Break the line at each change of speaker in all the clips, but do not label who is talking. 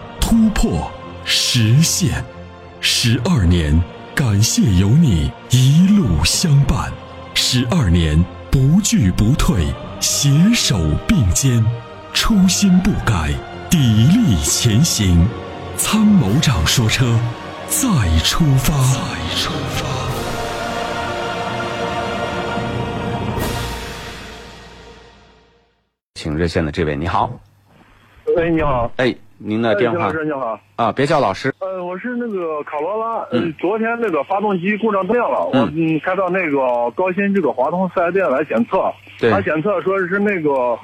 突破、实现，十二年，感谢有你一路相伴，十二年不惧不退，携手并肩，初心不改，砥砺前行。”参谋长说：“车，再出发。”再出发。
请热线的这位，你好，
哎，你好，
哎，您的
哎
电
邢
话
老师你好，
啊，别叫老师，
呃，我是那个卡罗拉，呃
嗯
昨天那个发动机故障灯亮了，我嗯开到那个高新这个华通四 S 店来检测，
对
他检测说是那个，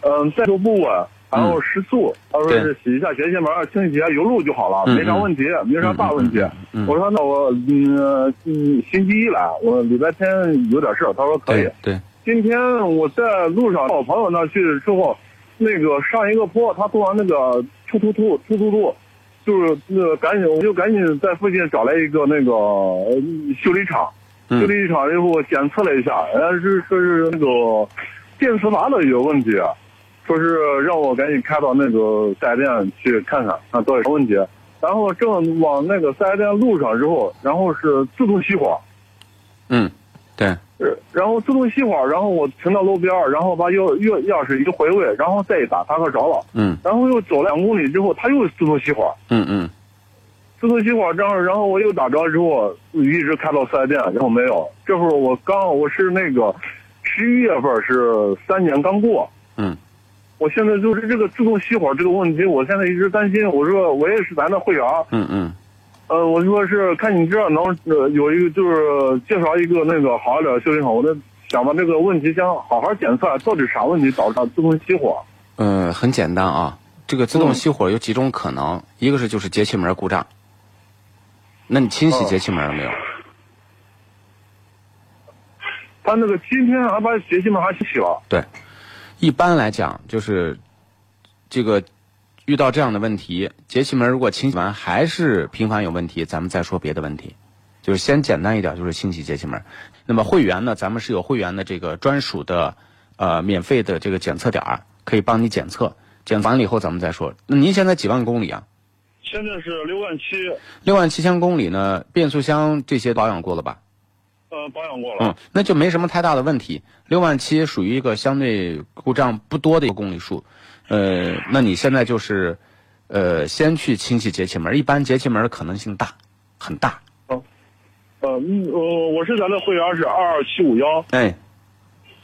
嗯、怠速不稳，然
嗯
后失速，他说是洗一下节气门，清洗一下油路就好了，
嗯
没啥问题，没啥大问
嗯
题。
嗯嗯嗯
我说那我嗯嗯星期一来，我礼拜天有点事儿，他说可以
对。对，
今天我在路上到我朋友那儿去之后，那个上一个坡，他做完那个突突突突突突，就是那个赶紧我就赶紧在附近找来一个那个呃修理厂，
嗯
修理厂以后我检测了一下，呃是说是那个电磁阀的有问题，啊说是让我赶紧开到那个四 S 店去看看，看到底什么问题。然后正往那个四 S 店路上之后，然后是自动熄火，
嗯，对，
呃然后自动熄火，然后我停到路边儿，然后把钥钥钥匙一回位，然后再一打，它可着了，
嗯
然后又走两公里之后，它又自动熄火，
嗯嗯
自动熄火之后，然后我又打着之后，一直开到四 S 店，然后没有。这会儿我刚我是那个十一月份是三年刚过，
嗯
我现在就是这个自动熄火这个问题，我现在一直担心。我说我也是咱的会员，
嗯嗯
呃，我说是看你这样能、呃、有一个就是介绍一个那个好一点的修理厂，我在想把这个问题先好好检测，到底啥问题导致它自动熄火？
嗯，呃，很简单啊，这个自动
嗯
熄火有几种可能，一个是就是节气门故障，那你清洗
哦
节气门了没有？
他那个今天还把节气门还洗了，
对，一般来讲就是这个遇到这样的问题，节气门如果清洗完还是频繁有问题，咱们再说别的问题。就是先简单一点，就是清洗节气门。那么会员呢，咱们是有会员的这个专属的呃免费的这个检测点儿，可以帮你检测。检测完了以后，咱们再说。那您现在几万公里啊？
现在是六万七，
六万七千公里呢？变速箱这些保养过了吧？
呃，保养过了。
嗯，那就没什么太大的问题。六万七属于一个相对故障不多的一个公里数，呃，那你现在就是，呃，先去清洗节气门，一般节气门可能性大，很大。
呃嗯，呃，我是咱的会员是二二七五幺，
哎，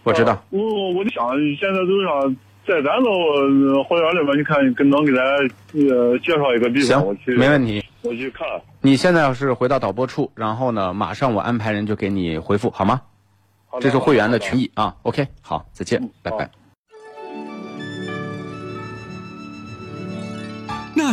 我知道，
呃我我就想现在都想在咱的呃会员里面去看，跟能给咱呃介绍一个地
行
方，我去，
没问题。
我去看。
你现在要是回到导播处，然后呢，马上我安排人就给你回复，好吗？
好
这是会员的权
益。
益啊。OK，好，再见
嗯，
拜拜
好。
那